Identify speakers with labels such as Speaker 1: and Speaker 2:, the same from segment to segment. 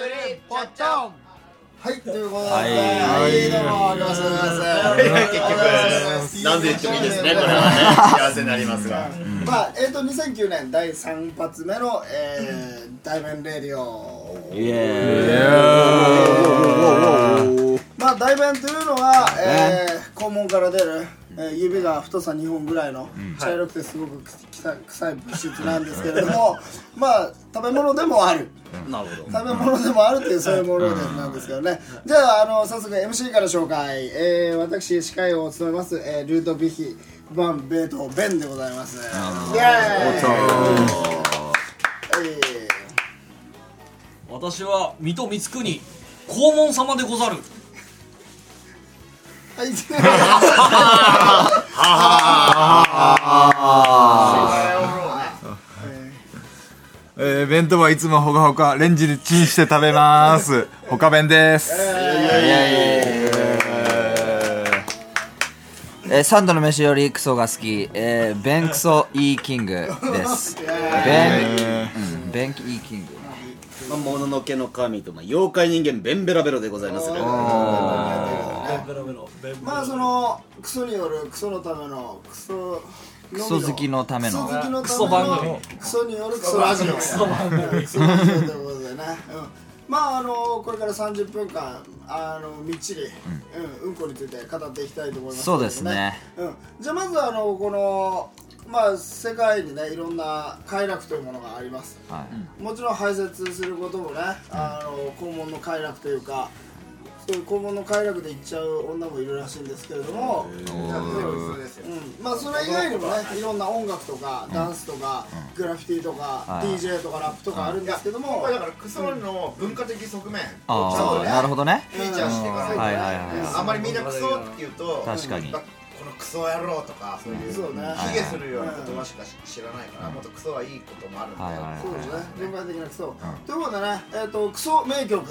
Speaker 1: っちゃん
Speaker 2: はい、ということで、
Speaker 3: はい
Speaker 2: はい、どうも、ありがとうございます。
Speaker 1: 結局何で言ってもいいです ねこれはね幸せになりますが
Speaker 2: まあ、えっ、と、2009年第3発目の、えー、大面レディオ。
Speaker 3: イエーイ
Speaker 2: まあ、大弁というのは、えー、肛門から出る、えー指が太さ2本ぐらいの茶色くてすごく臭い臭い物質なんですけれども、まあ食べ物でもある
Speaker 1: なるほ
Speaker 2: 食べ物でもあるっていうそういうものなんですけどねじゃああの早速 MC から紹介、えー、私司会を務めます、えー、ルート・ビヒ・バン・ベート・ベンでございますイエーイえー
Speaker 4: 私は水戸光圀黄門様でござる
Speaker 2: はい、は
Speaker 5: えー、弁当はいつもほかほかレンジでチンして食べますほか弁です
Speaker 3: えー、サンドの飯よりクソが好き、えー、ベンクソイーキングです。ベン、うん、ベンイーキング。
Speaker 1: どまあもののけの神とまあ妖怪人間ベンベラベロでございます
Speaker 4: ベロベロベロ
Speaker 2: まあそのクソによるクソのためのクソク
Speaker 3: クソ好きのため
Speaker 2: クソ
Speaker 3: の
Speaker 2: 好。きのためのク
Speaker 4: ソ番組
Speaker 2: ソによるクソラジオクソ番組クソラジオということでね、うん、まああのこれから30分間あのみっちり、うんうん、こについて語っていきたいと思いますけど
Speaker 3: そうですね。
Speaker 2: うん、じゃあまずあのこのまあ世界にねいろんな快楽というものがあります
Speaker 3: は
Speaker 2: もちろん排泄することもね、あの肛門の快楽というかそういう肛門の快楽で行っちゃう女もいるらしいんですけれども、うん、まあそれ以外にもねいろんな音楽とかダンスとか、グラフィティとか、
Speaker 3: い
Speaker 2: DJ とかラップとかあるんですけども、
Speaker 1: だからクソの文化的側面
Speaker 3: ああ、なるほどね。
Speaker 1: フィーチャーしていかないとね
Speaker 3: はいはいはい
Speaker 1: あんまりみんなクソって言うと
Speaker 3: 確かに
Speaker 1: このクソ野郎とかそういう
Speaker 2: そうね
Speaker 1: 卑下するような言葉しか知らないからもっとクソはいいこともあるんだ
Speaker 3: はいはい
Speaker 1: よ
Speaker 3: はい
Speaker 2: そうですね文化的なクソ、ということでね、えっとクソ名曲、うん
Speaker 1: ク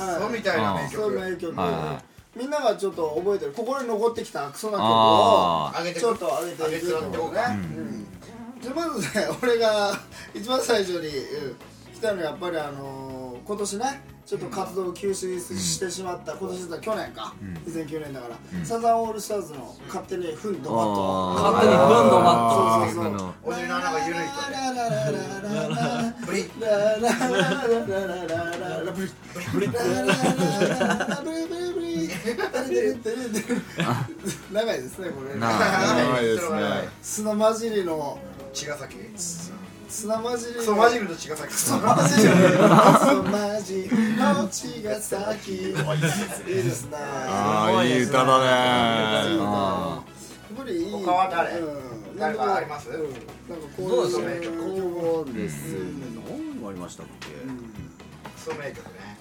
Speaker 1: ソみたいな名
Speaker 2: クソ
Speaker 1: 曲
Speaker 2: 名曲、
Speaker 3: はいは
Speaker 2: みんながちょっと覚えてる心に残ってきたクソな曲を
Speaker 3: あ
Speaker 1: 上げて
Speaker 2: ちょっと上げていくってことね、うんじゃあまずね俺が一番最初に、うん来たのがやっぱりあのー今年ねちょっと活動を休止してしまった、今年だ去年か、2009年だから、サザンオールスターズの「勝手にフンドマット」
Speaker 3: あ
Speaker 4: 勝手にブ
Speaker 2: そうそう
Speaker 4: ンドマッ
Speaker 2: そう
Speaker 1: お尻の穴が緩いとねブリッ
Speaker 2: 長いですねこれ
Speaker 5: 長いですね
Speaker 2: 砂混じりの
Speaker 1: 茅ヶ崎
Speaker 2: 砂混じり
Speaker 1: クソマジルと茅ヶ崎
Speaker 2: 砂混じり砂混じりの血が先いいですね
Speaker 5: ああいい歌だね
Speaker 2: やっぱりいい
Speaker 1: 他は誰
Speaker 2: うん
Speaker 1: 誰かあります
Speaker 2: うんなんかこういう曲を
Speaker 6: ですよね何がありましたっけ
Speaker 1: クソ名曲ね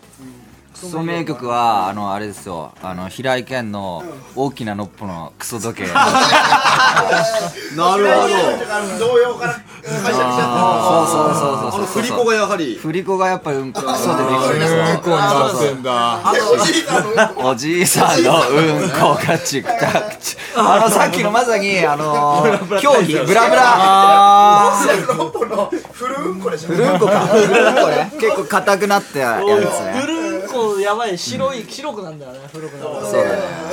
Speaker 3: クソ名曲は、あの、あれですよ。あの、平井堅の大きなノッポのクソ時計。
Speaker 6: なるほど
Speaker 1: 童謡から解釈しちゃっ
Speaker 3: ああ、そうそうそうそうそう。
Speaker 6: 振り子がやはり
Speaker 3: 振り子がやっぱうんこクソででき
Speaker 5: う
Speaker 3: てる
Speaker 5: んこになってんだ
Speaker 1: たおじいさんの
Speaker 3: おじいさんのうんこがちくたくちあのさっきのまさにあのー、競技ブラブラ
Speaker 1: うんこのフルうんこでしょ
Speaker 3: ブルンコかブルンコね結構硬くなってやるやつね
Speaker 4: トブルンコやばい白い白くなんだよね古くなる
Speaker 3: そう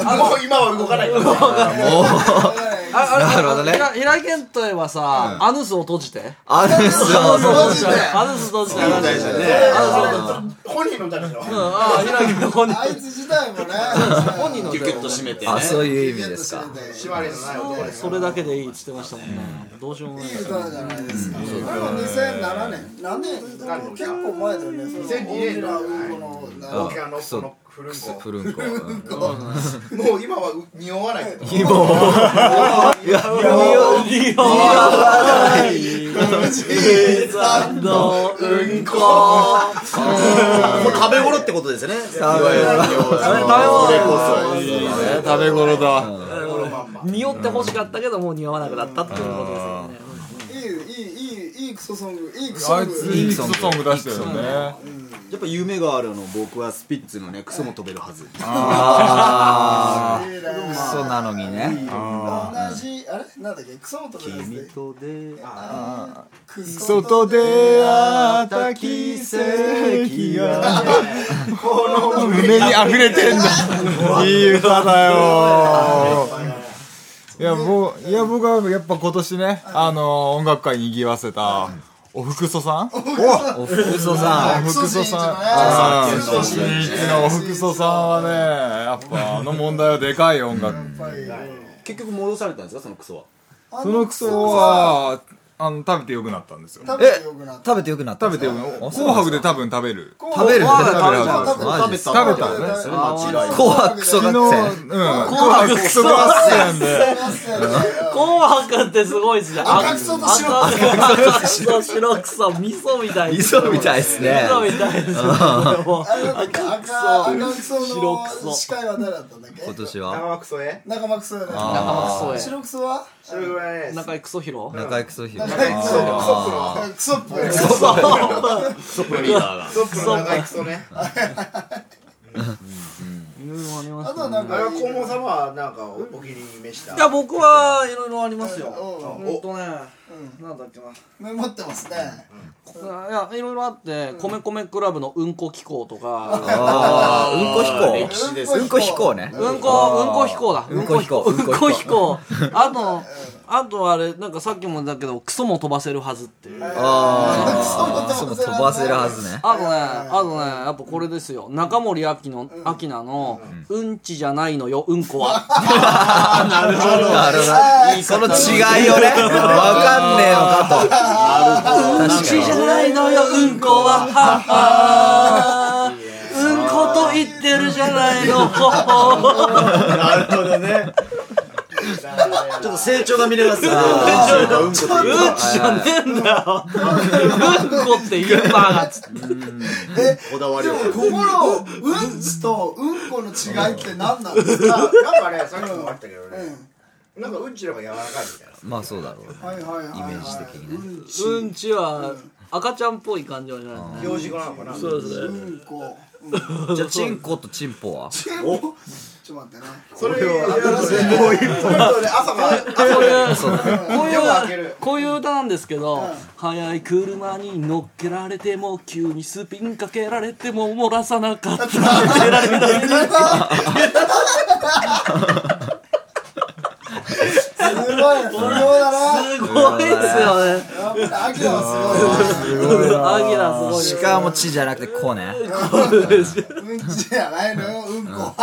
Speaker 3: だね
Speaker 1: もう今は動かないから
Speaker 4: ああれ
Speaker 3: なるほどね
Speaker 4: 平平井健といえばさアヌスを閉じて
Speaker 3: あれそうそうそう
Speaker 2: マジで
Speaker 4: アヌス閉じてアヌス閉じて
Speaker 1: あの本人の歌でしょ
Speaker 4: うんああ平井健本人
Speaker 2: あいつ自体もね
Speaker 4: 本人の
Speaker 6: ギュギュッと締めてね
Speaker 3: あそういう意味ですか
Speaker 1: 縛りのない男です
Speaker 4: それだけでいいっつってましたもんねどうしようもない
Speaker 2: いい歌じゃないですか。これも2007年。何年？結構前だよね。
Speaker 1: 2002年だよね
Speaker 2: この
Speaker 1: 大きなロックのフルンコ
Speaker 3: ブルンコ
Speaker 1: もう今は匂わないけど
Speaker 4: リオ
Speaker 3: のうんこ
Speaker 6: これ食べ頃ってことですよね
Speaker 4: 食べ物
Speaker 5: 食べ頃だ
Speaker 4: 匂って欲しかったけどもう匂わなくなったっていうことです
Speaker 2: いいい
Speaker 4: よね
Speaker 2: いいいいいいクソソングいいクソ
Speaker 7: あ
Speaker 2: ソン
Speaker 7: い
Speaker 2: グ
Speaker 7: ついいクソソング出したよね
Speaker 6: やっぱ夢があるの僕はスピッツのねクソも飛べるはず
Speaker 3: あ
Speaker 2: いいな
Speaker 3: ークソなのにね
Speaker 2: 同じあれなんだっけクソも飛べるやつで
Speaker 3: とで
Speaker 2: クソと
Speaker 7: 外で会った奇跡が胸に溢れてんだいい歌だよいや僕いや僕はやっぱ今年ねあの音楽界にぎわせたおふくそさん
Speaker 3: おふくそさ
Speaker 7: おふくそさんあ
Speaker 2: あ
Speaker 7: ー
Speaker 2: クソシーンじゃない
Speaker 7: おふくそさんはねやっぱあの問題はでかい音楽
Speaker 2: やっぱり
Speaker 6: 結局戻されたんですかそのクソは
Speaker 7: そのクソはあの食べてよくなったんですよ
Speaker 2: 食べてよくなっ
Speaker 3: ん
Speaker 2: た
Speaker 3: 食べてよくなった
Speaker 7: 食べてよくなった紅白で多分食べる
Speaker 3: 食べる
Speaker 7: 食べ
Speaker 3: 食
Speaker 7: る
Speaker 3: べる
Speaker 6: 食べたんで
Speaker 7: 食べた
Speaker 6: すね
Speaker 2: あー
Speaker 6: 間違いない
Speaker 3: 紅白クソ
Speaker 7: 昨日、
Speaker 3: 学生
Speaker 7: うん、紅白クソ合戦で、
Speaker 4: 紅白ってすごいですね
Speaker 2: 赤クソと白
Speaker 4: 赤赤クソ白クソ味噌みたいな
Speaker 3: 磯みたいですね
Speaker 4: 味噌みたいですねもう
Speaker 2: 赤
Speaker 4: 赤
Speaker 2: ク
Speaker 4: ク
Speaker 2: ソ
Speaker 4: ソ
Speaker 2: 赤クソ
Speaker 4: 白ク
Speaker 2: の
Speaker 4: ソ
Speaker 2: 司会は誰だったんだっけ
Speaker 3: 今年は
Speaker 1: 生クソえ
Speaker 2: 仲間クソだね
Speaker 4: 中クソ
Speaker 2: 白クソは
Speaker 1: 白黒はね
Speaker 4: や中井クソヒロ
Speaker 3: 中井クソヒロ
Speaker 2: 仲間クソクソっぽいクソっぽい
Speaker 6: クソプロリーダーが
Speaker 1: トップの長いクソね
Speaker 4: いろいろありま
Speaker 2: あ
Speaker 4: す
Speaker 2: とはなん
Speaker 1: あ
Speaker 2: か
Speaker 1: れは黄門様はなんかおお気に入りに召した
Speaker 4: いや僕はいろいろありますよ
Speaker 2: う
Speaker 4: ほんとねなんだっけな
Speaker 2: メモってますね
Speaker 4: いやいろいろあって米米クラブのうんこ機構とか
Speaker 3: あーうんこ飛
Speaker 6: 歴
Speaker 3: 行
Speaker 6: 史です
Speaker 3: うんこ飛行ね
Speaker 4: うんこうんこ飛行だ
Speaker 3: うんこ飛行
Speaker 4: うん
Speaker 3: うんこ
Speaker 4: こ
Speaker 3: 飛
Speaker 4: 飛行あとあとあれなんかさっきもだけどクソも飛ばせるはずっていう
Speaker 3: ああそも飛ばせるはずね
Speaker 4: あとね、あとね、やっぱこれですよ。中森明菜の、明菜の、うんちじゃないのよ、うんこは。
Speaker 3: なるほどその違いをねわかんねえの かと
Speaker 4: うんちじゃないのよ、うんこは。ははうんこと言ってるじゃないの、ほほ。
Speaker 6: ちょっと成長が見れますよね成長がうんこっていう
Speaker 4: うんちじゃねえんだよ。うんこって言えばがつって。
Speaker 6: こだわり
Speaker 2: で
Speaker 6: を
Speaker 2: も心うんちとうんこの違いって何なんです か
Speaker 1: あなんかねさっきもあったけどねなんかうんちの方が柔らかいみたいな
Speaker 3: まあそうだろうね
Speaker 2: はいはいはいイメ
Speaker 3: イメージ的にね
Speaker 2: うんち
Speaker 4: うんちは、赤ちゃんっぽい感じはじゃないですね。
Speaker 1: 表示語なのかな
Speaker 4: そうですね。
Speaker 2: うんこ
Speaker 3: じゃあチンコとチンポは
Speaker 2: ちょっと待ってね
Speaker 1: それをもう一本朝から
Speaker 4: こういう、
Speaker 1: 夜明ける
Speaker 4: こういう歌なんですけど、速い車に乗っけられても、急にスピンかけられても、漏らさなかった。出られない。
Speaker 2: すごい不良だな
Speaker 4: すごいですよね。
Speaker 2: やっぱり秋田はすごいな
Speaker 4: アギラす
Speaker 3: し
Speaker 4: ごいよ。
Speaker 3: かもチじゃなくてこうね
Speaker 2: うんちじゃないのよ、うんこは。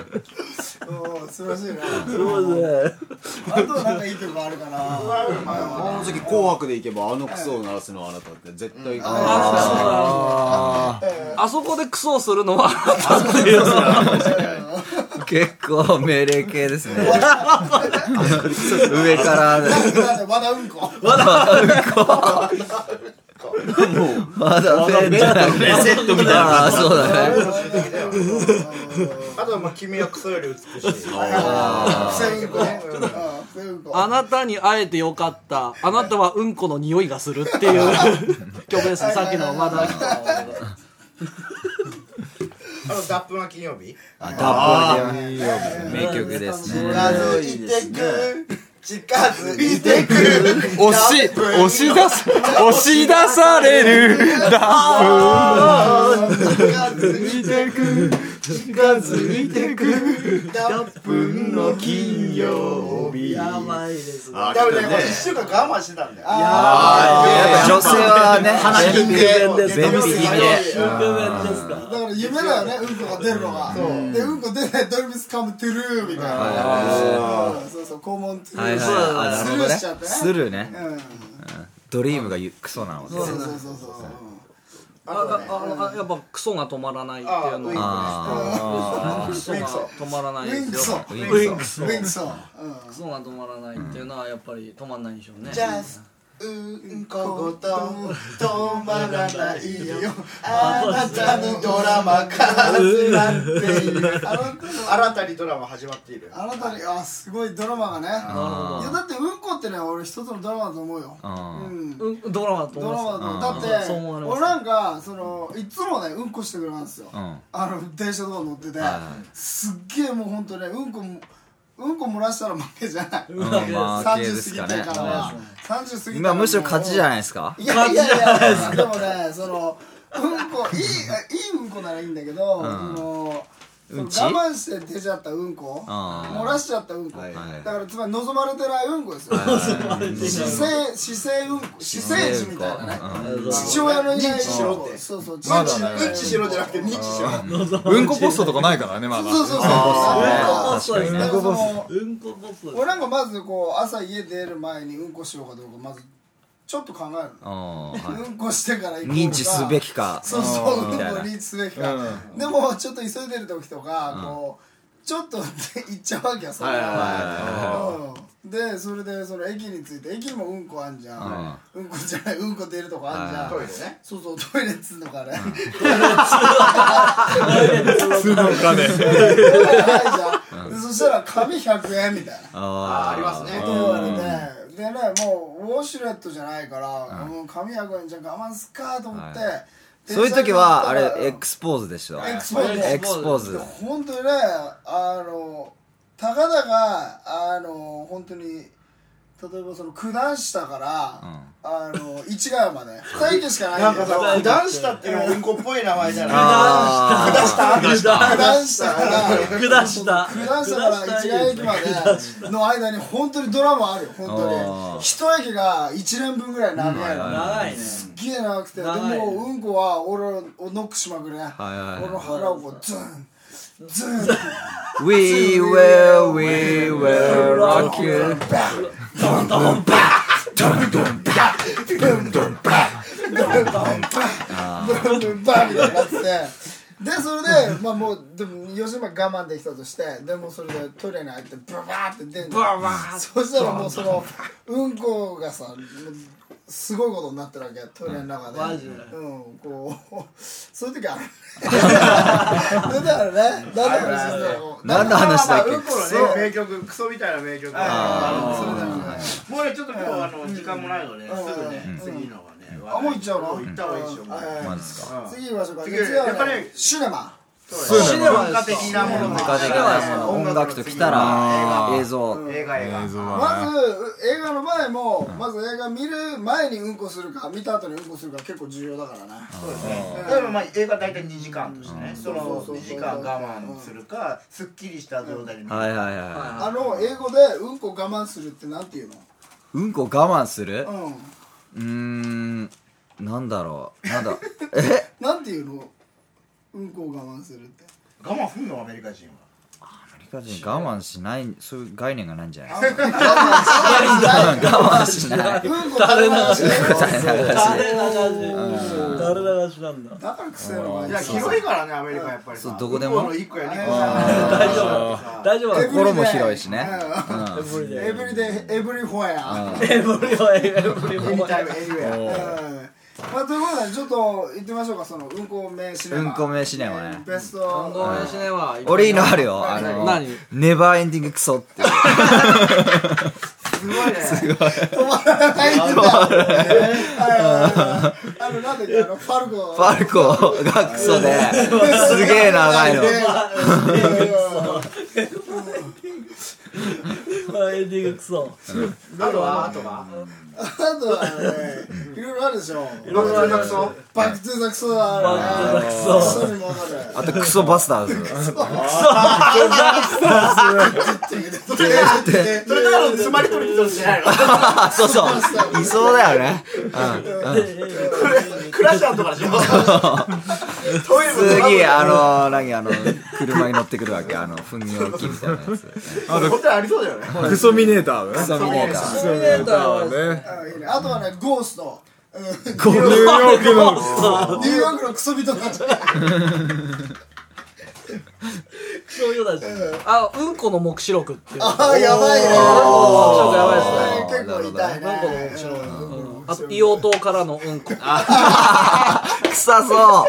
Speaker 2: うんこ。おお、素晴らしいな。あとなんかいい曲あるかな。
Speaker 6: あの時紅白で行けばあのクソを鳴らすのはあなたって絶対
Speaker 3: あ
Speaker 4: あそこでクソをするのは、
Speaker 3: ー結構命令系ですね 上からね
Speaker 2: なんでまだうんこ。
Speaker 3: まだペンじゃなくて
Speaker 6: レセットみたいな
Speaker 3: ああそうだね
Speaker 1: あとはまあ君はクソより美しい
Speaker 2: 不正うんこね。うん不正うんこ。
Speaker 4: あなたに会えてよかった。あなたはうんこの匂いがするっていう曲ですね。さっきのまだ。
Speaker 1: あの脱粉は金曜日
Speaker 3: あダップリ名曲ですね
Speaker 2: 近づいてく。近づいてく。
Speaker 7: 押し、押し出す、押し出される、
Speaker 2: 近づいてく。近づいてく。ダップンの金曜。
Speaker 4: やばいですね。
Speaker 6: あ
Speaker 1: だ
Speaker 6: ー
Speaker 1: めだ
Speaker 6: 来た
Speaker 1: よ
Speaker 6: ね
Speaker 1: 一週間我慢してたんだよ
Speaker 3: やっぱ女性はね便利便利で
Speaker 4: ですか
Speaker 2: だから夢だよね、うんこが出るのが。で、うんこ出ない、ドルミスカムトゥルーみたいな。うんそうそう、肛門トゥル
Speaker 3: はいはい
Speaker 2: ー。
Speaker 3: あなる
Speaker 2: ス
Speaker 3: ほど
Speaker 2: ルー
Speaker 3: ね
Speaker 2: しちゃってね
Speaker 3: スルーね
Speaker 2: うん
Speaker 3: ドリームがゆクソなので
Speaker 2: そうそうそうそう。
Speaker 4: あああやっぱクソが止まらないっていうのは
Speaker 3: あ
Speaker 4: クソが止まらな
Speaker 2: ウ
Speaker 4: い
Speaker 2: ィン
Speaker 4: で
Speaker 2: ク
Speaker 4: す
Speaker 2: ソ
Speaker 4: よ
Speaker 2: ン
Speaker 3: ーウ
Speaker 2: ウ
Speaker 3: ィンク
Speaker 2: ィンクソンうん
Speaker 4: クソが止まらないっていうのはやっぱり止まんないんでしょうね
Speaker 2: ジャスうんこごと止まらないよあなたのドラマ始まっているあの
Speaker 1: 新たにドラマ始まっている
Speaker 2: あなたにあすごいドラマがねい
Speaker 3: あー
Speaker 2: やだってうんこってね俺一つのドラマだと思うよ
Speaker 3: うん
Speaker 2: うん
Speaker 4: うんドラマだと
Speaker 2: ドラ
Speaker 4: 思
Speaker 2: マだ
Speaker 4: いま
Speaker 2: と思う
Speaker 3: うん
Speaker 2: だって
Speaker 4: そう思われます
Speaker 2: 俺なんかそのいつもねうんこしてくれなんですよ
Speaker 3: うん
Speaker 2: あの電車とか乗ってて
Speaker 3: は
Speaker 2: すっげえもうほんとねうんこもうんこ漏らしたら負けじゃない
Speaker 3: うんまあ負けで
Speaker 2: 30
Speaker 3: すか
Speaker 2: 過
Speaker 3: ね
Speaker 2: ぎてからは30過ぎて
Speaker 3: 今むしろ勝ちじゃ
Speaker 2: い
Speaker 3: ないですか
Speaker 2: いやいやいやでもねそのうんこいいあいいうんこならいいんだけど、
Speaker 3: うん
Speaker 2: その
Speaker 3: うんち
Speaker 2: その我慢して出ちゃったうんこ
Speaker 3: あー
Speaker 2: 漏らしちゃったうんこ、
Speaker 6: はい
Speaker 2: だからつまり望まれてないうんこですよ姿勢姿勢うんこ姿勢児みたいなね父親のいな
Speaker 1: 認
Speaker 2: い
Speaker 1: 知しろって
Speaker 2: そうそう
Speaker 7: ま
Speaker 2: 父親の
Speaker 7: だ
Speaker 2: いない
Speaker 1: うんちしろじゃなくて認知しろ
Speaker 7: うんこポストとかないからねまだ
Speaker 2: そうそうそう
Speaker 3: あ
Speaker 2: そう
Speaker 7: ー確かに
Speaker 2: だからその
Speaker 4: うんこボス
Speaker 2: 俺なんかまずこう朝家出る前にうんこしようかどうかまずちょっと考える
Speaker 3: うんは
Speaker 2: うんこしてから
Speaker 3: い
Speaker 2: 行こうか
Speaker 3: 認知すべきか
Speaker 2: そうそううんこ
Speaker 3: みたいな
Speaker 2: 認知すべき
Speaker 7: う
Speaker 2: か
Speaker 7: ん
Speaker 2: でもちょっと急いでる時とかこうちょっと行っちゃうわけよそれうんでそれでその駅に着いて駅もうんこあんじゃんうんこじゃないうんこ出るとこあんじゃん
Speaker 1: トイレね
Speaker 2: そうそうトイレっつうのかね
Speaker 7: 普通のお金
Speaker 2: でそしたら紙100円みたいな
Speaker 1: ああり
Speaker 3: あ
Speaker 1: ます
Speaker 2: こ
Speaker 1: ね
Speaker 2: と言われてでねもうウォシュレットじゃないからもう紙100円じゃ我慢すっかと思って
Speaker 3: は
Speaker 2: で
Speaker 3: そういう時はあ
Speaker 2: 最初に
Speaker 3: れ
Speaker 2: 言った
Speaker 3: エ
Speaker 2: ら
Speaker 3: クスポーズでしょ
Speaker 2: エクスポーズ
Speaker 3: エクスポーズ
Speaker 2: で本当にねあのたかだがあの本当に例えばその九段下から、あの市ヶ谷まで二駅しかない
Speaker 1: なん
Speaker 2: んだ
Speaker 1: か
Speaker 2: けど
Speaker 1: さ九段下っていうのうんこっぽい名前じゃない
Speaker 3: あー
Speaker 2: 九段下から
Speaker 4: 下した
Speaker 2: 九段下から市ヶ谷駅までの間に本当にドラマあるよ本当
Speaker 3: あー
Speaker 2: に一駅が一年分ぐらい長いの、
Speaker 4: 長いね
Speaker 2: すっげえ長くてで
Speaker 4: 長い
Speaker 2: もうんこは俺をノックしまくるね、
Speaker 3: はいはいはい
Speaker 2: 俺の腹をこうズンズン
Speaker 3: We will, we will rock you
Speaker 2: ブンブンバンみたいになっててでそれでまあもうでも吉村我慢できたとしてでもうそれでトイレに入ってブワーって出るブワーそしたらもうそのうんこがさもうすごいことになってるわけトイレの中で、
Speaker 4: ジで
Speaker 2: うん、こうそういう時あるそうだよね何の話してたの
Speaker 3: 何の話だっけ
Speaker 1: まあまあまあうんこのね名曲クソみたいな名曲
Speaker 2: それだよね
Speaker 1: もうねちょっと今日あの時間もないので、すぐね、次のはね、
Speaker 2: あもう行っちゃうの
Speaker 1: 行った方がいいでしょう、
Speaker 2: はいはい
Speaker 3: マジですか
Speaker 2: 次行きましょうか
Speaker 1: 次
Speaker 2: 次は
Speaker 1: やっぱり
Speaker 2: ねシネマ
Speaker 1: シネマ文化的なものも
Speaker 3: 文化的な音楽ときたら映像
Speaker 1: 映画映画
Speaker 7: 映像
Speaker 2: ま
Speaker 7: はね
Speaker 2: ずう映画の前もまず映画見る前にうんこするか見た後にうんこするか結構重要だからね
Speaker 1: そうですね例えばまあ映画大体2時間としてねその2時間我慢するかすっきりした状態で見る
Speaker 3: はいはいは
Speaker 2: あの英語でうんこ我慢するってなんていうの
Speaker 3: いうんこ我慢する
Speaker 2: うん
Speaker 3: うーんなんだろうなんだ
Speaker 2: なんていうのうんこを我慢するって
Speaker 1: 我慢すんのアメリカ人は
Speaker 3: アメリカ人我慢しないそういう概念がないんじゃない
Speaker 2: うんこ垂れ流し
Speaker 4: 誰流し誰流しなんだ
Speaker 2: だから癖の
Speaker 1: い
Speaker 2: 前
Speaker 1: や広いからねアメリカやっぱり
Speaker 3: そうどこでも
Speaker 1: 1個や2個
Speaker 4: 大丈夫大丈夫だ
Speaker 3: 心も広いしね
Speaker 4: エブリデ
Speaker 2: エブリデイエブリフォアや
Speaker 4: イエブリはエブ リ
Speaker 1: エニ
Speaker 4: は
Speaker 1: タイムエニウェア
Speaker 2: まあということでちょっと言ってみましょうかそのうんこ名シネマ
Speaker 3: うんこ名シネマね
Speaker 2: ベスト
Speaker 4: ごめんしねは
Speaker 3: 俺いいのあるよあの
Speaker 4: 何
Speaker 3: ネバーエンディングクソっていう
Speaker 1: すごいね
Speaker 2: はい、ちょっとはいあの、なんだっけ、あの、ファルコ。
Speaker 3: ファルコがクソですげえ長いの
Speaker 4: エンディングクソ
Speaker 1: あとはあとは
Speaker 2: あとはね、いろいろあるでしょ。
Speaker 1: ロックの曲奏
Speaker 2: バックトゥーザクソだあるね。
Speaker 4: クソ
Speaker 2: そうにもわかる。
Speaker 3: あとクソバスターズ
Speaker 1: それからのつまり取り人じゃないの
Speaker 3: あそうそういそうだよね
Speaker 1: クラッシャーとかでしょトイレも
Speaker 3: 次あの何あの車に乗ってくるわけあの糞尿器みたいなやつ
Speaker 1: 本当にありそうだよね
Speaker 7: クソミネーターね
Speaker 3: クソミネータ
Speaker 7: ク
Speaker 3: ー
Speaker 7: ソミネーターはね
Speaker 2: あいいねあとはね、ゴースト。うん
Speaker 7: ニューヨークの
Speaker 2: ニューヨークのクソ人たち。
Speaker 4: そういうだしあうんこの目視録っていう
Speaker 2: ああ、やばいね。
Speaker 4: 目視録やばいですね
Speaker 2: 結構痛いね。
Speaker 4: なんか面白いな
Speaker 2: うん
Speaker 4: あと硫黄島からのうんこ
Speaker 3: 臭そう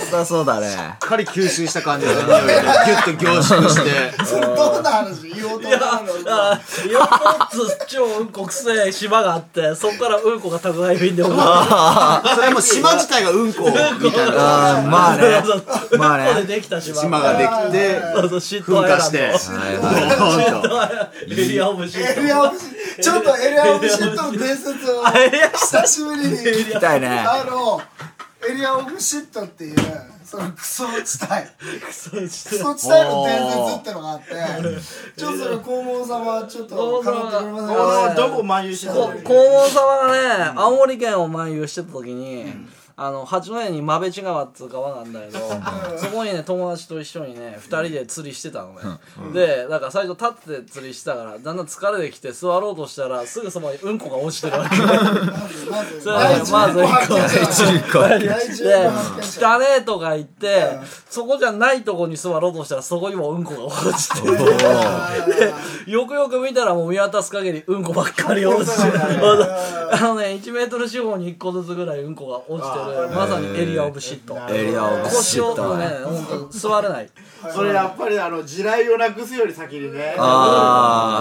Speaker 3: 臭そうだね
Speaker 6: っかり吸収した感じの匂いがギュッと凝縮して
Speaker 2: それどんな話言おうと思ったの
Speaker 4: あーよっぽつ超うんこくせえ島があってそこからうんこが宅配便で送ら
Speaker 6: それも島自体がうんこみたいな
Speaker 3: あーまあ
Speaker 4: れ
Speaker 3: ね
Speaker 4: てそうそう
Speaker 3: まあ
Speaker 4: そこで
Speaker 3: ね
Speaker 4: できた島
Speaker 6: 島ができて
Speaker 4: そうそうシット
Speaker 6: 噴
Speaker 4: アイラン
Speaker 6: 火
Speaker 4: ド
Speaker 6: して
Speaker 4: エリアオブシット
Speaker 2: エリアオブシちょっとエリアオブシットの伝説を
Speaker 4: エリア
Speaker 2: 久しぶりに
Speaker 3: 行きたいね
Speaker 2: あのエリアオブシットっていうそのクソ地帯
Speaker 4: そうして
Speaker 2: クソ地帯の伝説ってのがあってちょっとそれ黄門様ちょっと叶ってくれませんか
Speaker 1: どこ漫遊してた
Speaker 4: こ
Speaker 1: の
Speaker 4: 黄門様がね青森県を漫遊してた時に、あの八戸に馬部地川っていう川なんだけどそこにね友達と一緒にね2人で釣りしてたのね、でだから最初立って釣りしてたからだんだん疲れてきて座ろうとしたらすぐそばにうんこが落ちてるわけ
Speaker 2: まず
Speaker 4: そうだねまず
Speaker 2: 第一
Speaker 3: 一個
Speaker 2: 第一
Speaker 4: で
Speaker 2: 発見
Speaker 4: 汚ねえとか言ってそこじゃないとこに座ろうとしたらそこにもうんこが落ちててよくよく見たらもう見渡す限りうんこばっかり落ちてるあのね1メートル四方に1個ずつぐらいうんこが落ちてるまさにエリアオブシット
Speaker 3: エリアオブシ
Speaker 4: 腰
Speaker 3: ッ
Speaker 4: をも
Speaker 3: ト
Speaker 4: うね
Speaker 3: ね
Speaker 4: 本当座れない
Speaker 1: それやっぱりあの地雷をなくすより先にね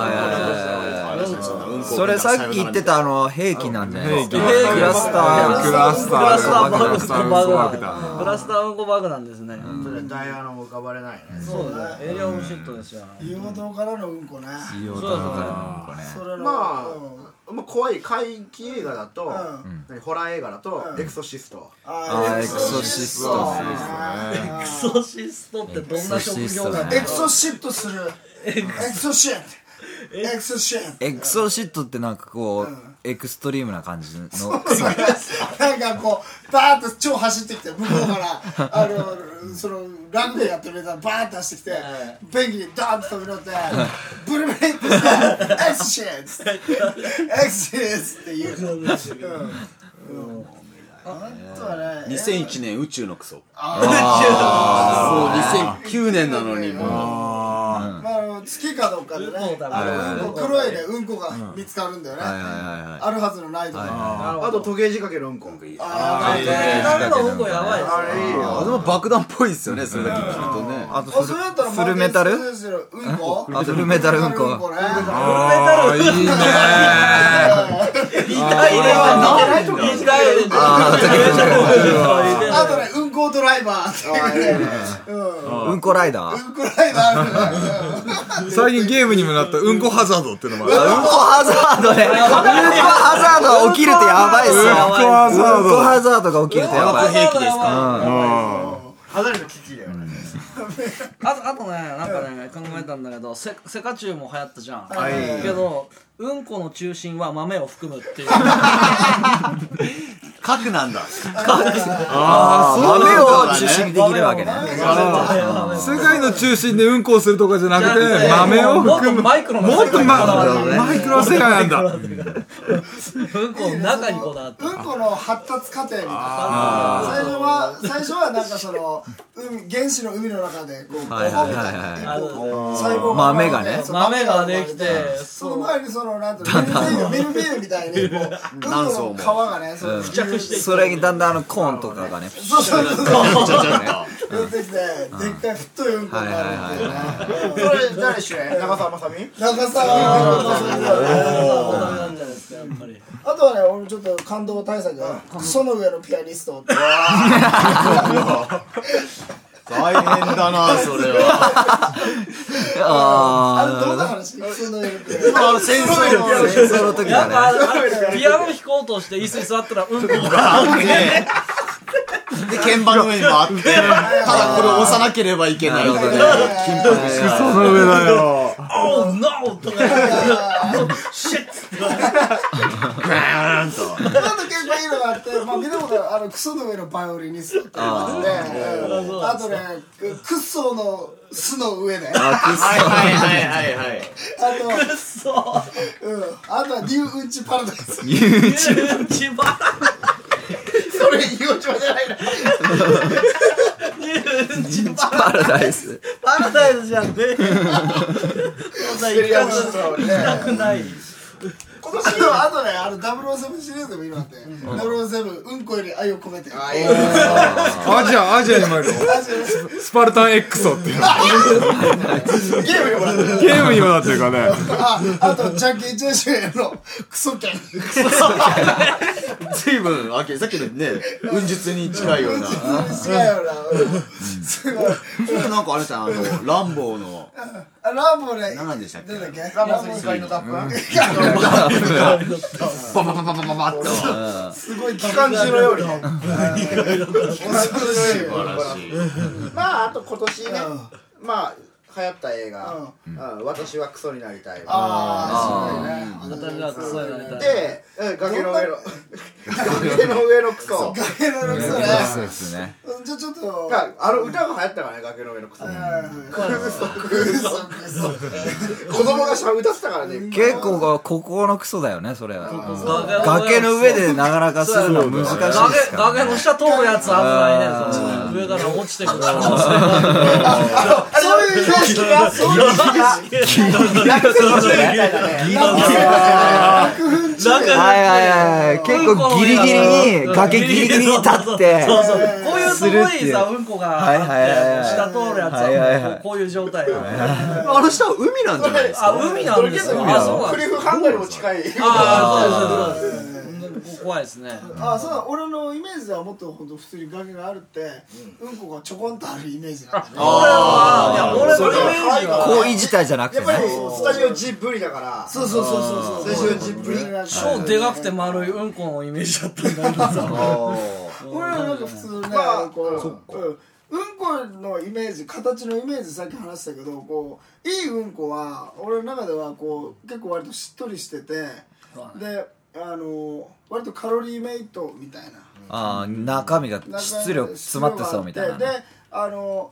Speaker 3: あ
Speaker 6: うん
Speaker 3: あ
Speaker 6: こ
Speaker 3: それさっき言ってたあの兵器なんじゃないですか
Speaker 7: 兵器
Speaker 3: クラスター
Speaker 7: クラスター
Speaker 4: クラスターバグ
Speaker 7: クラスター
Speaker 4: バグ
Speaker 7: クラスター
Speaker 4: クラスターうんこバグなんですね
Speaker 1: それダイアナも浮かばれないね
Speaker 4: そうだねエリアオブシットですよ
Speaker 2: 湯本からのうんこね
Speaker 7: いい音だなこれ
Speaker 2: それの
Speaker 1: まあ
Speaker 2: うん
Speaker 1: まあ怖い怪奇映画だと、
Speaker 2: ん
Speaker 1: 何ホラー映画だと、
Speaker 2: うん
Speaker 1: エクソシスト
Speaker 2: あ
Speaker 3: エクソシスト
Speaker 2: エ
Speaker 4: エクソシストってどんな職業なん
Speaker 2: エクソシットするエクソシットエクソシット
Speaker 3: エクソシットってなんかこうエクストリームな感じの
Speaker 2: なんかこうバーッと超走ってきて向こうからあのそのラグビーやってるやつがバーッと走ってきて便器にドーンと飛び乗ってブルブルってしてエクソシットエクソシットって言ううんうんあとはね
Speaker 6: 2001年宇宙のクソも
Speaker 2: あ
Speaker 6: う2009年なのにもう
Speaker 2: まああの、月かどうかでね、
Speaker 4: うんこだ
Speaker 2: あのうんこ黒いね、うんこが見つかるんだよね。あるはずのないとか。
Speaker 1: あと時計仕掛けのうんこ
Speaker 2: あー
Speaker 4: 誰のうんこやばいです
Speaker 1: あれいいよ
Speaker 6: あでも爆弾っぽいですよねそれだけ聞くとね
Speaker 3: あと
Speaker 2: あ、それだったら
Speaker 3: フルメタル
Speaker 2: マーケットスペースのうんこ
Speaker 3: あフルメタルうん
Speaker 2: フ
Speaker 3: こ
Speaker 2: ルメタルうんこね
Speaker 3: ああいいね
Speaker 4: 痛いね痛いね
Speaker 3: あ
Speaker 2: あとね、うんこドライバーっていうね。うん
Speaker 3: ーうんこライダー
Speaker 2: うんこライバーあるね
Speaker 7: 最近ゲームにもなったうんこハザードってのもあ る
Speaker 3: うんこハザードね。うんこハザードが起きるとやばいっすよ。
Speaker 7: うんこハザー
Speaker 3: う
Speaker 7: ド
Speaker 3: んこハザードが起きるとやばい。
Speaker 4: 兵器ですか
Speaker 1: 肌の危機だよね
Speaker 4: あとあとねなんかね考えたんだけどセセカチュウも流行ったじゃんけどうんこの中心は豆を含むっていう
Speaker 6: 核なんだ
Speaker 3: あー豆を中心にできるわけね。
Speaker 7: 世界の中心でうんこをするとかじゃなくて豆を
Speaker 4: もっと
Speaker 7: 含む
Speaker 4: マイクロな
Speaker 7: もっと、ま、
Speaker 4: マ
Speaker 7: マイクロ世界なんだ
Speaker 4: うんこの中にこだわって
Speaker 2: うんこの発達過程みたいな。最初は、最初はなんかその、海原始の海の中で、こう、こう、
Speaker 3: はいはいはいはい
Speaker 4: あの
Speaker 2: 細胞
Speaker 3: 豆がね
Speaker 2: そう
Speaker 4: 豆ができて
Speaker 2: その
Speaker 4: う
Speaker 2: 前にそのなんていうのミルフィーユミルフィーユみたいにこう
Speaker 6: 何層
Speaker 2: ど
Speaker 6: も
Speaker 2: んどん皮がねそう付着して
Speaker 3: それにだんだんあのコーンとかがね、
Speaker 2: そうそうそう
Speaker 6: ちょちょっと
Speaker 2: 出てきてでっかい太いうんこになるっていうね
Speaker 1: それ誰主演長澤まさみ
Speaker 2: 長さあ
Speaker 4: 豆なんじゃないですかやっぱり
Speaker 2: とはね俺ちょっと感動大作が「クソの上のピアニスト」って
Speaker 6: 大変だなそれは
Speaker 2: あ
Speaker 3: あ
Speaker 2: れどんな話 クソの上のピアニスト
Speaker 6: 今あの戦争力
Speaker 3: ー、戦争の時
Speaker 4: やっぱ
Speaker 3: だね。
Speaker 4: あれピアノ弾こうとして椅子に座ったらうんこが
Speaker 6: ねで鍵盤の上に回ってただこれ押さなければいけない
Speaker 3: なるほどね
Speaker 6: 緊迫し
Speaker 7: その上 だよ
Speaker 4: 「オーノー!」とか言って
Speaker 6: ガーンと
Speaker 2: なんか結構いいのがあって、まあ、見たことあるあのクソの上のバイオリニストっていうのがあってうんあとねククッソの巣の上で、
Speaker 6: はいはいはいはいはい
Speaker 2: あと、うん、あとはニューウンチパラダイス。ニュ
Speaker 4: うんちばら
Speaker 1: それ言おうちゃじゃないな
Speaker 3: パラダイス。
Speaker 4: パラダイスじゃんねえ。そんな一回も
Speaker 1: そうね
Speaker 4: ない。
Speaker 2: 今年のあとねあの007シリーズも今あって007うんこより愛を込めてあいい
Speaker 7: アジアアジアに参るのスパルタン XO っていうの
Speaker 2: ゲームよほら
Speaker 7: ゲームにもなってるからね
Speaker 2: ああとジャッキー・チェン主演のクソキャン
Speaker 6: 随分あけさっきのね運術に近いよう
Speaker 2: 違う
Speaker 6: な
Speaker 2: よなうんすごい
Speaker 6: なんかあれさあのランボーの
Speaker 2: あランボーね
Speaker 6: 何でしたっけ
Speaker 2: なんだっけ
Speaker 1: ラモス光のタップ
Speaker 6: バババババババッと
Speaker 2: すごい機
Speaker 1: 機関銃のようにね
Speaker 6: 素晴らしい
Speaker 1: まああと今年ね
Speaker 2: うん
Speaker 1: まあ流行った映
Speaker 2: う
Speaker 1: 画うん私はクソになりたい
Speaker 2: ああ、そうだよね。
Speaker 4: がクソになりたい
Speaker 1: でうん崖の上の崖の上のクソ
Speaker 2: 崖の上のクソね。
Speaker 3: そうですね
Speaker 2: うんじゃあちょっと。
Speaker 1: があの歌が流行ったからね崖の上のクソ子供がしゃ歌ってたからね
Speaker 3: 結構がここのクソだよねそれ
Speaker 4: 崖
Speaker 3: 崖の上でなかなかするの難しいです
Speaker 4: 崖
Speaker 3: から
Speaker 4: 崖の下通るやつ危ないねその上から落ちてくる可能性が
Speaker 2: そういう常識が。そういう常識が。
Speaker 3: はいはいはい結構ギリギリに崖ギリギリに立って
Speaker 4: そうそうこういうすごいさうんこがあって
Speaker 3: はいはいはい
Speaker 4: 下通るやつ
Speaker 3: はいはいは
Speaker 4: はいこうこういう状態なの
Speaker 6: あの下は海なんじゃないです
Speaker 4: あ
Speaker 6: か
Speaker 4: 海なんですよあそうなん
Speaker 1: ク
Speaker 4: で
Speaker 1: リ
Speaker 4: す
Speaker 1: フハンガリーも近い
Speaker 4: ああそうですそうですこ怖いですね
Speaker 2: あ、そうだ。俺のイメージではもっと本当普通に崖があるって、うんこがちょこんとあるイメージなんだね。
Speaker 4: 俺はいや俺のイメージは
Speaker 3: 行為自体じゃなくて
Speaker 1: やっぱり
Speaker 3: ね
Speaker 1: スタジオジブリだから
Speaker 2: そうそうそうそうそう。
Speaker 1: 青春ジップリ
Speaker 4: 超でかくて丸いうんこのイメージだったんだけどさ
Speaker 2: 俺はなんか普通ね、
Speaker 1: まあ
Speaker 2: こう、うんうんこのイメージ、形のイメージさっき話したけど、こう、いいうんこは、俺の中ではこう、結構割としっとりしてて、で、あの、割とカロリーメイトみたいな。
Speaker 3: ああ中身が出力詰まってそうみたいな
Speaker 2: であの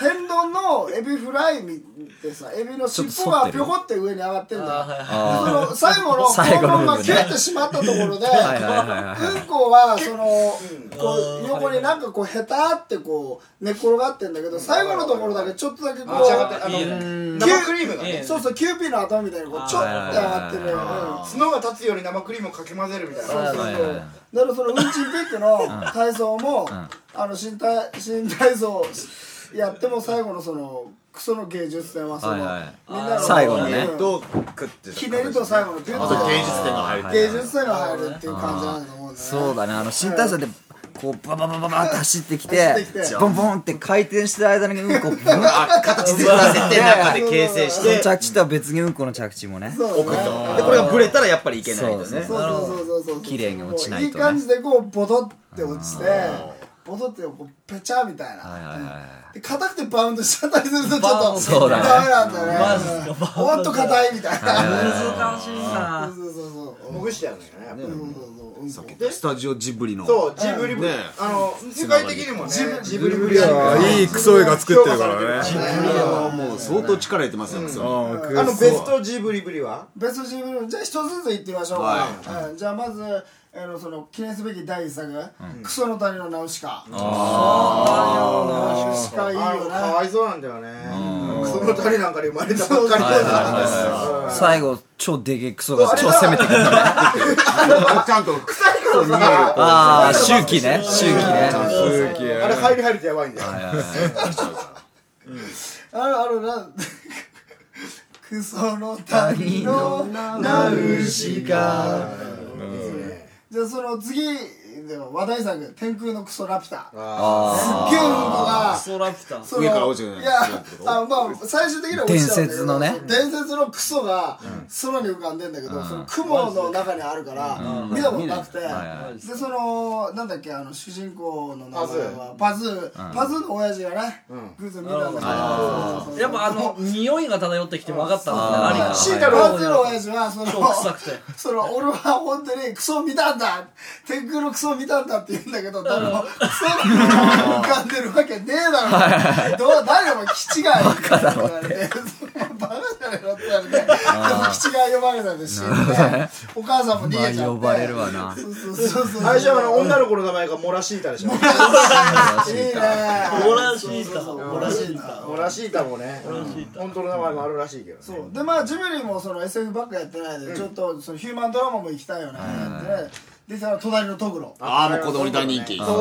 Speaker 2: 天丼のエビフライみってさエビの尻尾がぴょこって上に上がってるんだよそ
Speaker 3: あ
Speaker 2: の最後の肛
Speaker 3: 最後の
Speaker 2: 門
Speaker 3: 部分
Speaker 2: が
Speaker 3: ね
Speaker 2: 切れてしまったところで
Speaker 3: あはいはいはいはい
Speaker 2: うんこはそのこう横になんかこうへたってこう寝っ転がってんだけど最後のところだけちょっとだけこう
Speaker 1: あ
Speaker 4: いいね
Speaker 1: の生
Speaker 2: 生
Speaker 1: ク
Speaker 2: ク
Speaker 1: リームがね
Speaker 2: そうそうキューピーの頭みたいにこうちょっと上がってるようん
Speaker 1: 角が立つように生クリームをかき混ぜるみたいな
Speaker 2: そう
Speaker 3: ー
Speaker 2: そう
Speaker 3: はい
Speaker 2: そう
Speaker 3: はいはい
Speaker 2: だからそのうんちんピックの体操も、あの新体新体操やっても最後のそのクソの芸術戦はその、
Speaker 3: はいはい
Speaker 2: みんなの
Speaker 3: 最後のね
Speaker 2: うん
Speaker 6: と食って
Speaker 2: ひねりと最後のピュ
Speaker 8: あと芸
Speaker 2: ッ
Speaker 8: 術点が入る
Speaker 2: と芸術戦が入るっていう感じなんだと思うんだよね
Speaker 3: そうだねあの新体操でこうバババババって走って
Speaker 2: 走
Speaker 3: きて
Speaker 2: ってきて
Speaker 3: ボンボンって回転してる間にうんこブンあ
Speaker 6: 形作らせ て中で形成し
Speaker 3: その
Speaker 6: て
Speaker 3: 着地とは別にうんこの着地もね
Speaker 2: そうだね
Speaker 6: でこれがブレたらやっぱりいけないと
Speaker 3: そう
Speaker 6: ね
Speaker 2: そうそうそうそうそう
Speaker 3: 綺麗に落ちない
Speaker 2: いい
Speaker 3: とね
Speaker 2: 感じでこうボトって落ちてボトってこうペチャみたいな、
Speaker 3: はいはいはい
Speaker 2: で硬くてバウンドしちゃったりするとちょっ
Speaker 4: バウン
Speaker 2: と
Speaker 4: ド
Speaker 3: そうだね
Speaker 2: ダメなんだねもっと硬いみたいな
Speaker 4: 難しいな
Speaker 2: そうそうそうそう
Speaker 1: ほぐしてやるんだよね
Speaker 2: そうそうそううんこ
Speaker 6: スタジオジブリの
Speaker 1: そうジブリ
Speaker 6: ね
Speaker 1: あの世界的にもねジブリブ
Speaker 7: いやーいいクソ映画作ってるから
Speaker 1: ジ
Speaker 7: ね
Speaker 1: ブリ
Speaker 6: あーもう相当力入れてますよ
Speaker 7: う
Speaker 6: そ
Speaker 7: んク
Speaker 1: あのベス
Speaker 7: ソ
Speaker 1: トジブリブリは
Speaker 2: ベストシーブルじゃあ一つずつ言ってみましょうか、
Speaker 6: は
Speaker 2: うんじゃあまずあのその記念すべき第一作、クソの谷のナウシカ」ナウシカいい
Speaker 1: あの
Speaker 2: よ
Speaker 1: か
Speaker 2: な
Speaker 1: わいそうなんだよねクソの谷なんかで生まれたばっかりだから
Speaker 3: 最後超でけえクソが超攻めてくる
Speaker 6: うちゃんと
Speaker 3: ああ周期ね周期ね
Speaker 7: 空気
Speaker 1: あれ入り入るとやばいんだよ
Speaker 2: あるあるな クソの谷のナウシカじゃあその次でも話題作「天空のクソラピュタ」すっげえうんこが
Speaker 4: ストラピュタ
Speaker 2: その
Speaker 6: 上から落ちてくる
Speaker 2: いやあのまあ最終的には落ちちゃうんだけど
Speaker 3: 伝説のね
Speaker 2: 伝説のクソが空に浮かんでんだけど、その雲の中にあるから、見たことなくて、でそのなんだっけあの主人公の名前はパズーパズーの親父がね、偶然見たんだけどそうそうそう
Speaker 4: やっぱあの匂いが漂ってきて分かったんだね
Speaker 2: パ
Speaker 4: 何か
Speaker 2: ズーの親父はそ
Speaker 4: 超臭
Speaker 2: の
Speaker 4: くて
Speaker 2: その俺は本当にクソを見たんだ天空のクソを見たんだって言うんだけど誰もクソが浮かんでるわけねえだろどう誰も気違いバカだろってバカじゃれろって言われて、口が呼ばれたんで死んで、お母さんも逃げちゃって。
Speaker 3: まあ呼ばれるわな
Speaker 2: そうそうそうそう。
Speaker 1: 最初はあの女の子の名前がモラシータでしょ
Speaker 2: いいね。
Speaker 9: モラシータ
Speaker 2: そうそうそう
Speaker 9: モラシータ
Speaker 1: モラシータもね本当の名前もあるらしいけどね
Speaker 2: そうでまあジブリもその SF ばっかやってないで、ちょっとそのヒューマンドラマも行きたいよね、ででその隣のトグロ
Speaker 8: ああ、もう子供に大人気。
Speaker 1: トグ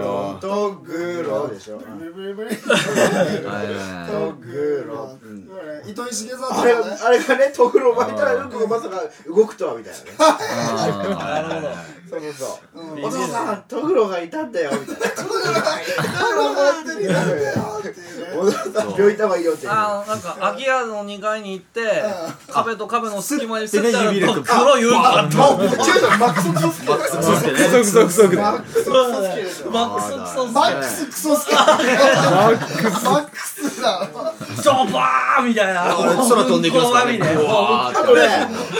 Speaker 1: ロトグロでしょ
Speaker 2: ブリブリブリ
Speaker 3: あれだね
Speaker 1: トグロ
Speaker 2: 糸井重里
Speaker 1: あれ
Speaker 2: とかね
Speaker 1: あれがねトグロ巻いたらルクがまさか動くとはみたいなね
Speaker 3: あー
Speaker 1: そうそうそうお父さんトグロがいたんだよみたいな
Speaker 2: トグロがトグロがやってるやってよっていうね
Speaker 1: お父さん病院た方がいいよって
Speaker 4: あのなんか空き家の2階に行って壁と壁の隙間にす
Speaker 7: てね
Speaker 4: ったら
Speaker 7: 指入れて
Speaker 4: 黒いうんこがドン
Speaker 7: クソクソクソクだ
Speaker 4: マックスクソ
Speaker 2: マックスクソスケマックスだ
Speaker 4: ジョバーみたいな
Speaker 8: 俺空飛んでいきますからね。
Speaker 4: うわ
Speaker 8: わー
Speaker 1: あ
Speaker 8: っ
Speaker 1: とね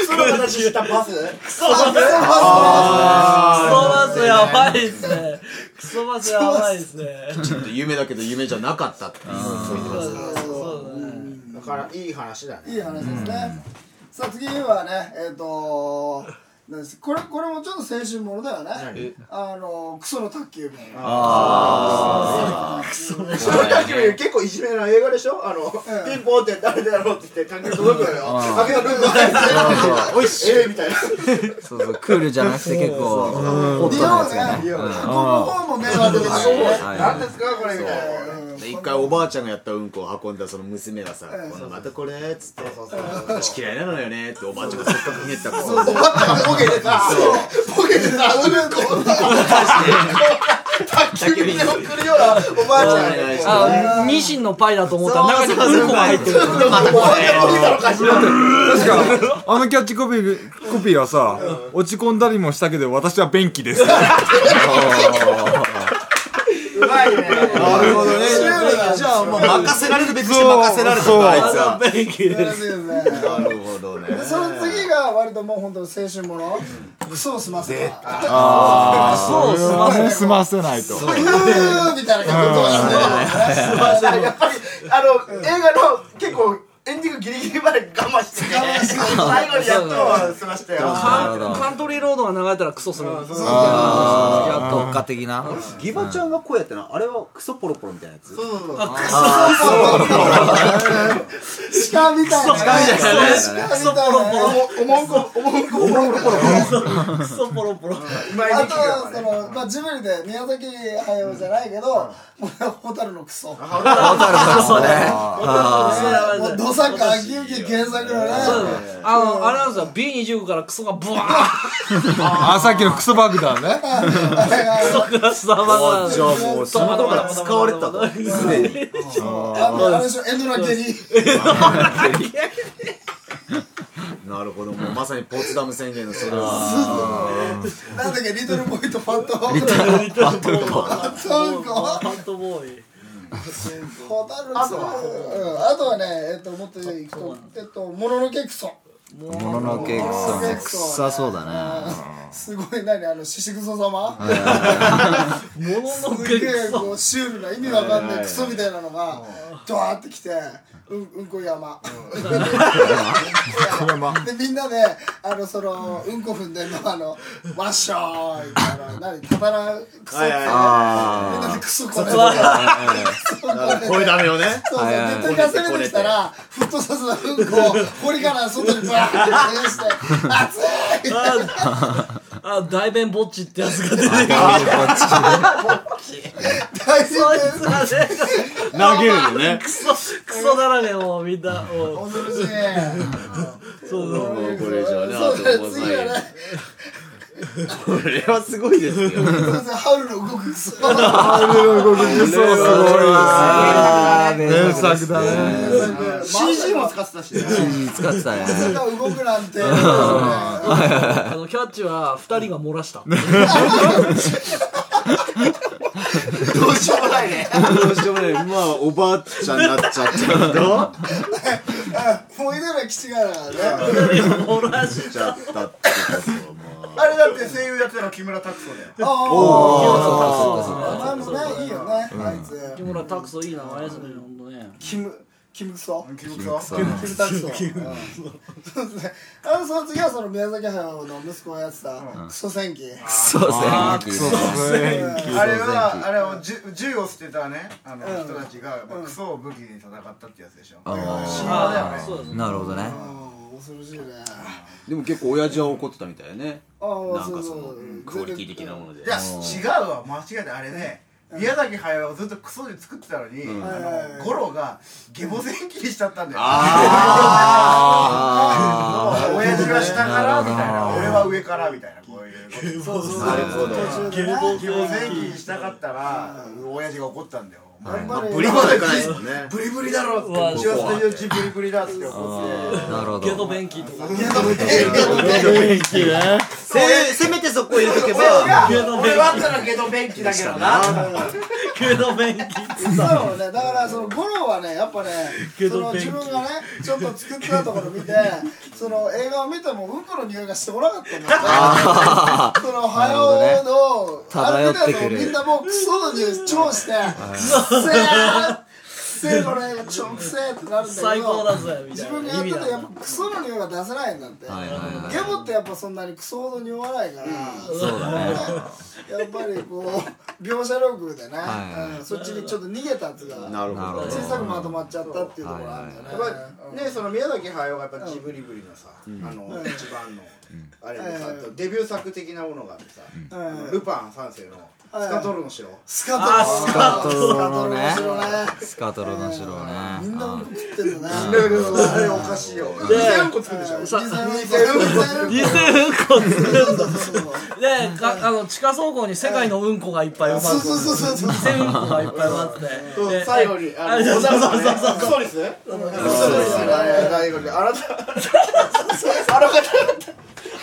Speaker 1: その形したパス
Speaker 4: クソバスやばいですねクソバスやばいですね
Speaker 8: てちょっと夢だけど夢じゃなかったっていう。
Speaker 4: そうだね
Speaker 1: だからいい話だね
Speaker 2: いい話ですね、さあ次はねえっ、となんですこれこれもちょっと青春ものだよねあのクソの卓球部ああクソの卓球
Speaker 1: そ
Speaker 2: 部
Speaker 1: の卓球結構いじめな映画でしょあの、ピンポンって誰だろうって言って卓球届くのよ竹田君が入っておいしええみたいな
Speaker 3: そうそうクールじゃなくて結構ホッ
Speaker 2: リ
Speaker 3: トなや
Speaker 2: オ
Speaker 3: つ
Speaker 2: ね
Speaker 3: がね
Speaker 2: 運ぶ方も迷惑ですし
Speaker 1: 何ですかこれみたいな
Speaker 8: で一回おばあちゃんがやったうんこを運んだその娘がさ「このまたこれ」っつって「私嫌いなのよね」っておばあちゃんがせっかくひねったから
Speaker 2: おばあちゃんがボケてさボケてさうんこを卓球に送るようなおばあちゃんが
Speaker 4: あニシンのパイだと思ったら中にうんこが入ってる
Speaker 7: あのキャッチコピーコピーはさ落ち込んだりもしたけど私は便器 です
Speaker 1: うまいね
Speaker 8: なるほどねじゃあもう任せられるべくして任せられたんだあいつはなるほどね
Speaker 2: その次が割ともう本当青春ものクソを済ませた
Speaker 7: そう済ませ済ませないと
Speaker 2: うーみたいな感じで
Speaker 1: やっぱりあの、映画の結構エンディングギリギリまで我慢してて最後にやっと済ましたよ
Speaker 4: カンカントリーロードが流れたらクソする
Speaker 3: やっと特化的な
Speaker 6: ギバちゃんが声やったなあれはクソポロポロみたいなやつ
Speaker 2: 鹿みたいな鹿みたいな
Speaker 4: クソポロポロ
Speaker 1: おもんこおもんこおもんこ
Speaker 4: クソポロポロ
Speaker 1: 今井美
Speaker 2: あ
Speaker 1: 樹が
Speaker 2: とそのまあジブリで宮崎駿じゃないけど蛍のクソもう土作家秋行原作のね
Speaker 4: あの、あれなんですよ、B25 からクソがブワー
Speaker 7: あさっきのクソ爆弾ね
Speaker 4: ッとスタバが。
Speaker 6: じゃあもうそのとが使われてたとすでに
Speaker 2: あのあれでしょエンドラケリー
Speaker 8: なるほどもうまさにポツダム宣言のそれ
Speaker 2: なんだっけリトルボーイとパッド
Speaker 4: パントボーイ。
Speaker 2: そうか
Speaker 4: パントボーイ。
Speaker 2: 蛍のクソうんあとはねえっともっといくとえっともののけクソ
Speaker 3: もののけクソね臭そうだね
Speaker 2: すごい何あのシシクソ様
Speaker 4: ものの
Speaker 2: す
Speaker 4: け
Speaker 2: げ
Speaker 4: ク
Speaker 2: え
Speaker 4: ソ。
Speaker 2: こうシュールな意味わかんないクソみたいなのがドワーってきてうんうんこ山でみんなであのそのうんこ踏んでるのあのワッショーみたいな何たたらクソってみんなでクソこねて
Speaker 8: こういうダメよね
Speaker 2: そうそうネットが攻めてきたらフットサスのうんこを堀から外にバーって出して熱い
Speaker 4: あ、大便ぼっちってやつが出てくる。
Speaker 2: 大変
Speaker 4: そいつがね、
Speaker 8: 投げるのね
Speaker 4: クソ、クソだらけ、もうみんな。もう
Speaker 2: 恐ろしい
Speaker 4: そうそう。
Speaker 8: もうこれ以上ねあ
Speaker 2: そうだ
Speaker 8: と思
Speaker 2: ね次はね
Speaker 8: これはすごいですよ
Speaker 2: そうそうハウルの動くクソ
Speaker 7: そうすごい
Speaker 3: あー
Speaker 7: 名
Speaker 3: 名作
Speaker 7: 作だね
Speaker 1: CG も使ってたしね
Speaker 3: 使ってたね
Speaker 2: 手が動くなんて。
Speaker 4: あの、キャッチは二人が漏らした。
Speaker 1: どうしようもないね
Speaker 8: どうしようもないまあおばあちゃんになっちゃったけど
Speaker 2: 思い出は気違いだからね。
Speaker 4: 漏らし
Speaker 8: ちゃったってことま
Speaker 1: あれだって声優やってたの木村拓哉だよ
Speaker 2: おお。
Speaker 4: た。
Speaker 2: 名前もねいいよねあいつ。
Speaker 4: 木村拓クソいい名前ですね、ほんとね。
Speaker 2: キムキムクソ
Speaker 1: キムクソ
Speaker 2: キムタクソうんそうですねあのその次はその宮崎駿の息子がやってたクソ戦記
Speaker 3: そうですね
Speaker 7: あークソ戦記
Speaker 1: あれはあれを銃銃を捨てたねあの人たちが、まあ、クソを武器に戦ったってやつでしょ神話だよね
Speaker 4: そうですね
Speaker 3: なるほどね
Speaker 2: うん恐ろしいね
Speaker 8: でも結構親父は怒ってたみたいだね
Speaker 2: あー
Speaker 8: なんかその
Speaker 2: う
Speaker 8: クオリティ的なもので
Speaker 1: いや違うわ間違えたあれね宮崎駿をずっとクソで作ってたのに、あのゴロがゲボ戦記にしちゃったんだよ
Speaker 3: あ
Speaker 1: 親父は下からみたいな俺は上からみたいなこういうこと
Speaker 2: そうそうそう
Speaker 8: なるほど
Speaker 2: 途中でね
Speaker 1: 希望前期にしたかったら、親父が怒ったんだよ。お前
Speaker 2: 頑張れよ
Speaker 8: ブリまでいかないですもんね
Speaker 1: ブリブリだろって。
Speaker 4: うわ
Speaker 1: うちはスタジオ中ブリブリだっつって怒って。
Speaker 3: ーなるほ
Speaker 4: ゲ
Speaker 3: ど
Speaker 4: ド便器とか
Speaker 8: せせめてそこ入れとけば
Speaker 1: 俺はあったらゲド便器だけどな。
Speaker 4: ゲド便器
Speaker 2: そうね、だからそのゴロはね、やっぱね、その自分がね、ちょっと作ってたところ見て、その映画を見てもうんこの匂いがしてこなかったんだ って。そのハヨの、ある程度みんなもうクソの匂い超して、くっせーくっせーこれ映画超くせーってなるんだけ
Speaker 4: 最高
Speaker 2: ど
Speaker 4: だ。ぜみ
Speaker 2: 自
Speaker 4: たい
Speaker 2: 分が
Speaker 4: な
Speaker 2: や
Speaker 4: 意
Speaker 2: って
Speaker 4: 味
Speaker 2: てや
Speaker 4: だ
Speaker 2: っぱクソの匂いが出せないんだって。
Speaker 3: はいはいはい
Speaker 2: ゲボってやっぱそんなにクソほど匂わないから、
Speaker 3: そうだね
Speaker 2: やっぱりこう描写力でね、
Speaker 3: はい
Speaker 2: うんそっちにちょっと逃げたやつが。
Speaker 8: なる
Speaker 3: なる
Speaker 8: ほ
Speaker 3: ほ
Speaker 8: ど
Speaker 2: 小さくまとまっちゃったっていうところあるんだよね。
Speaker 1: やっぱね、その宮崎駿がやっぱジブリブリのさ、あの、一番の、あれでさ、デビュー作的なものがあってさ、あのルパン三世の、スカトロの城。
Speaker 2: スカトロス
Speaker 3: カトロのね
Speaker 2: カトロ面白いね
Speaker 3: スカトロの城ね
Speaker 2: みんな
Speaker 3: あ
Speaker 2: うんこ食ってるんだ
Speaker 1: あ
Speaker 2: ね。
Speaker 1: れおかしいよ。2000個作るでしょ。
Speaker 2: 実際に
Speaker 4: 偽うんこ作るんだ
Speaker 2: そう
Speaker 4: でかあの地下倉庫に世界のうんこがいっぱい埋まって
Speaker 2: そうそう そうそう
Speaker 4: 偽うんこがいっぱい埋まって
Speaker 1: そう
Speaker 4: で
Speaker 1: 最後にあの
Speaker 4: そうそうそうそう
Speaker 1: そうクソリスクソリスあれ最後にあなたあの方
Speaker 4: あれ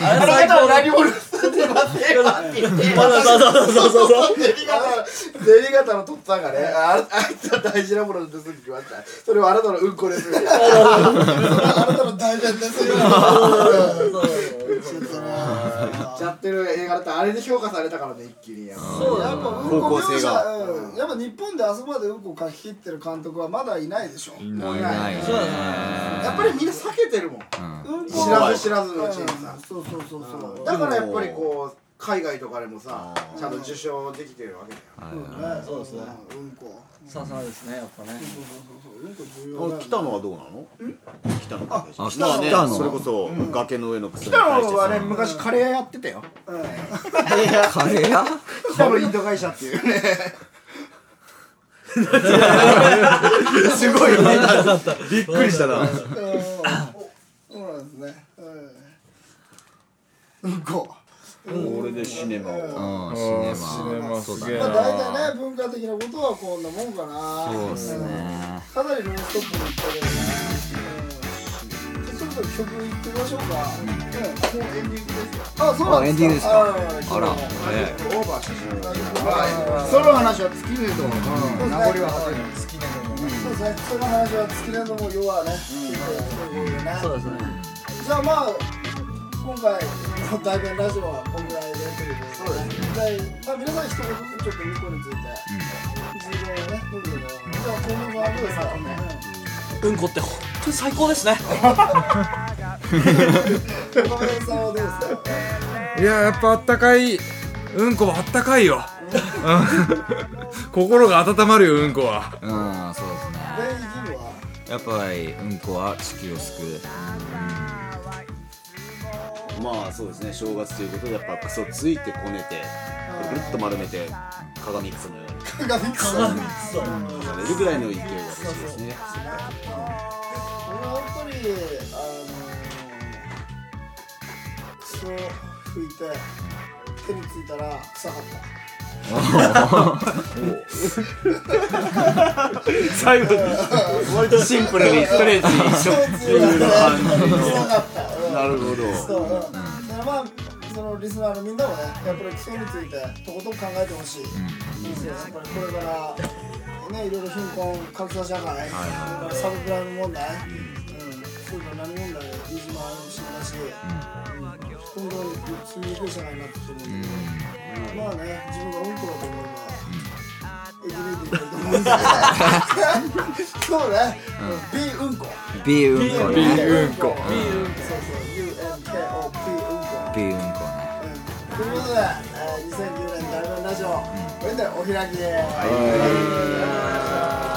Speaker 1: あの
Speaker 4: 最
Speaker 1: 方は
Speaker 4: 高だ
Speaker 1: 何も盗んでませんわって言って
Speaker 4: そうそうそうそうそうそう
Speaker 1: デリガタデリガタのとっさんがねああいつは大事なものを盗んできましたそれはあなたのうんこですみたいな
Speaker 2: あなたの大変ですよ。
Speaker 1: やってる映画だったあれで評価されたからね一気にやっぱ
Speaker 2: そうやっぱうんこ
Speaker 8: 方向
Speaker 2: 描
Speaker 8: 性
Speaker 2: 写
Speaker 8: が、
Speaker 2: うんやっぱ日本であそこまでうんこ書き切ってる監督はまだいないでしょ。
Speaker 3: ーもういないね
Speaker 4: そうだ
Speaker 1: やっぱりみんな避けてるもん
Speaker 2: うんこ
Speaker 1: 知らず知らずのうちにさ
Speaker 2: そうそうそうそう。
Speaker 1: だからやっぱりこう海外とかでもさちゃんと受賞できてるわけだよ
Speaker 2: そうですね。うんこ。
Speaker 4: ささですねやっぱね
Speaker 2: そうそうそううんこ重要だよ
Speaker 8: あ
Speaker 2: ね
Speaker 8: 来たのはどうなの来たのか
Speaker 3: あ
Speaker 8: 来たね
Speaker 3: 来たの
Speaker 8: それこそ崖の上の靴に
Speaker 1: 北
Speaker 8: 対して
Speaker 1: 野はね
Speaker 8: さ
Speaker 1: 昔カレー屋やってたよ
Speaker 3: カレー屋
Speaker 1: 北野インド会社っていうね
Speaker 8: びっくりしたな
Speaker 2: そうなんですね。うん。うんこ。
Speaker 8: 俺でシネマを
Speaker 3: うんシ
Speaker 7: うん
Speaker 3: ネマ
Speaker 7: シネマ
Speaker 3: そう
Speaker 7: す
Speaker 3: だ
Speaker 7: げ
Speaker 3: ね
Speaker 7: え
Speaker 2: まあ
Speaker 7: な
Speaker 2: 大体ね文化的なことはこんなもんかな。
Speaker 3: そうっす
Speaker 2: うん。
Speaker 3: ね
Speaker 2: かなりノンストップだったけどね。うん。ちょっと曲いってみましょうか。うん。もうエンディングですよ。あ、そうなんですか。
Speaker 3: あエンディングですか
Speaker 2: あ
Speaker 3: あら
Speaker 1: オーバーしてしまう
Speaker 2: はい
Speaker 1: その話は尽きねえと思う
Speaker 2: うん
Speaker 1: 名残は果てない
Speaker 2: そうですね。その話は尽きれども要はね。
Speaker 4: そうですね
Speaker 2: じゃあまあ今回の大弁ラジオはこんぐらいでということで、ね、じゃあ、まあ、皆さん一言ずつちょっとうんこについて、自分をねどうぞどうぞじゃあ今後もあるでさ、
Speaker 4: うんこって本当に最高ですね
Speaker 2: うん、岡村さんはどうですか
Speaker 7: いややっぱあったかいうんこはあったかいよ、うん、 心が温まるようんこは
Speaker 3: うんそうですね
Speaker 2: 全員義務は
Speaker 3: やっぱりうんこは地球を救う
Speaker 8: まあそうですね正月ということでやっぱクソついてこねてぐるっと丸めて鏡クソのように
Speaker 2: 鏡くさん
Speaker 8: されるぐらいの勢いが欲しいですね
Speaker 2: 俺はやっぱりあのー、クソ拭いて手についたら臭かった
Speaker 6: 最後割とシンプルにストレートに一 緒
Speaker 2: 臭かった、うん
Speaker 8: なるほど
Speaker 2: そう、うん、だからまあそのリスナーのみんなもねやっぱり基礎についてとことん考えてほしい、うん、やっぱりこれからねいろいろ貧困格差社会、サブプライム問題、うん、そういうの何問題いじまもしだし、うん、今後住 みにくい社会になってくるんだけど、まあね自分がうんこだと思えば生響いてくると思うんですけどそうね、うん、B うんこ
Speaker 3: B うんこね
Speaker 2: B うんこ B うんこそうそう UNKO B うんこ
Speaker 3: B うんこね
Speaker 2: ということで、えー、2009年ダルバンラジオ、これでお開きです。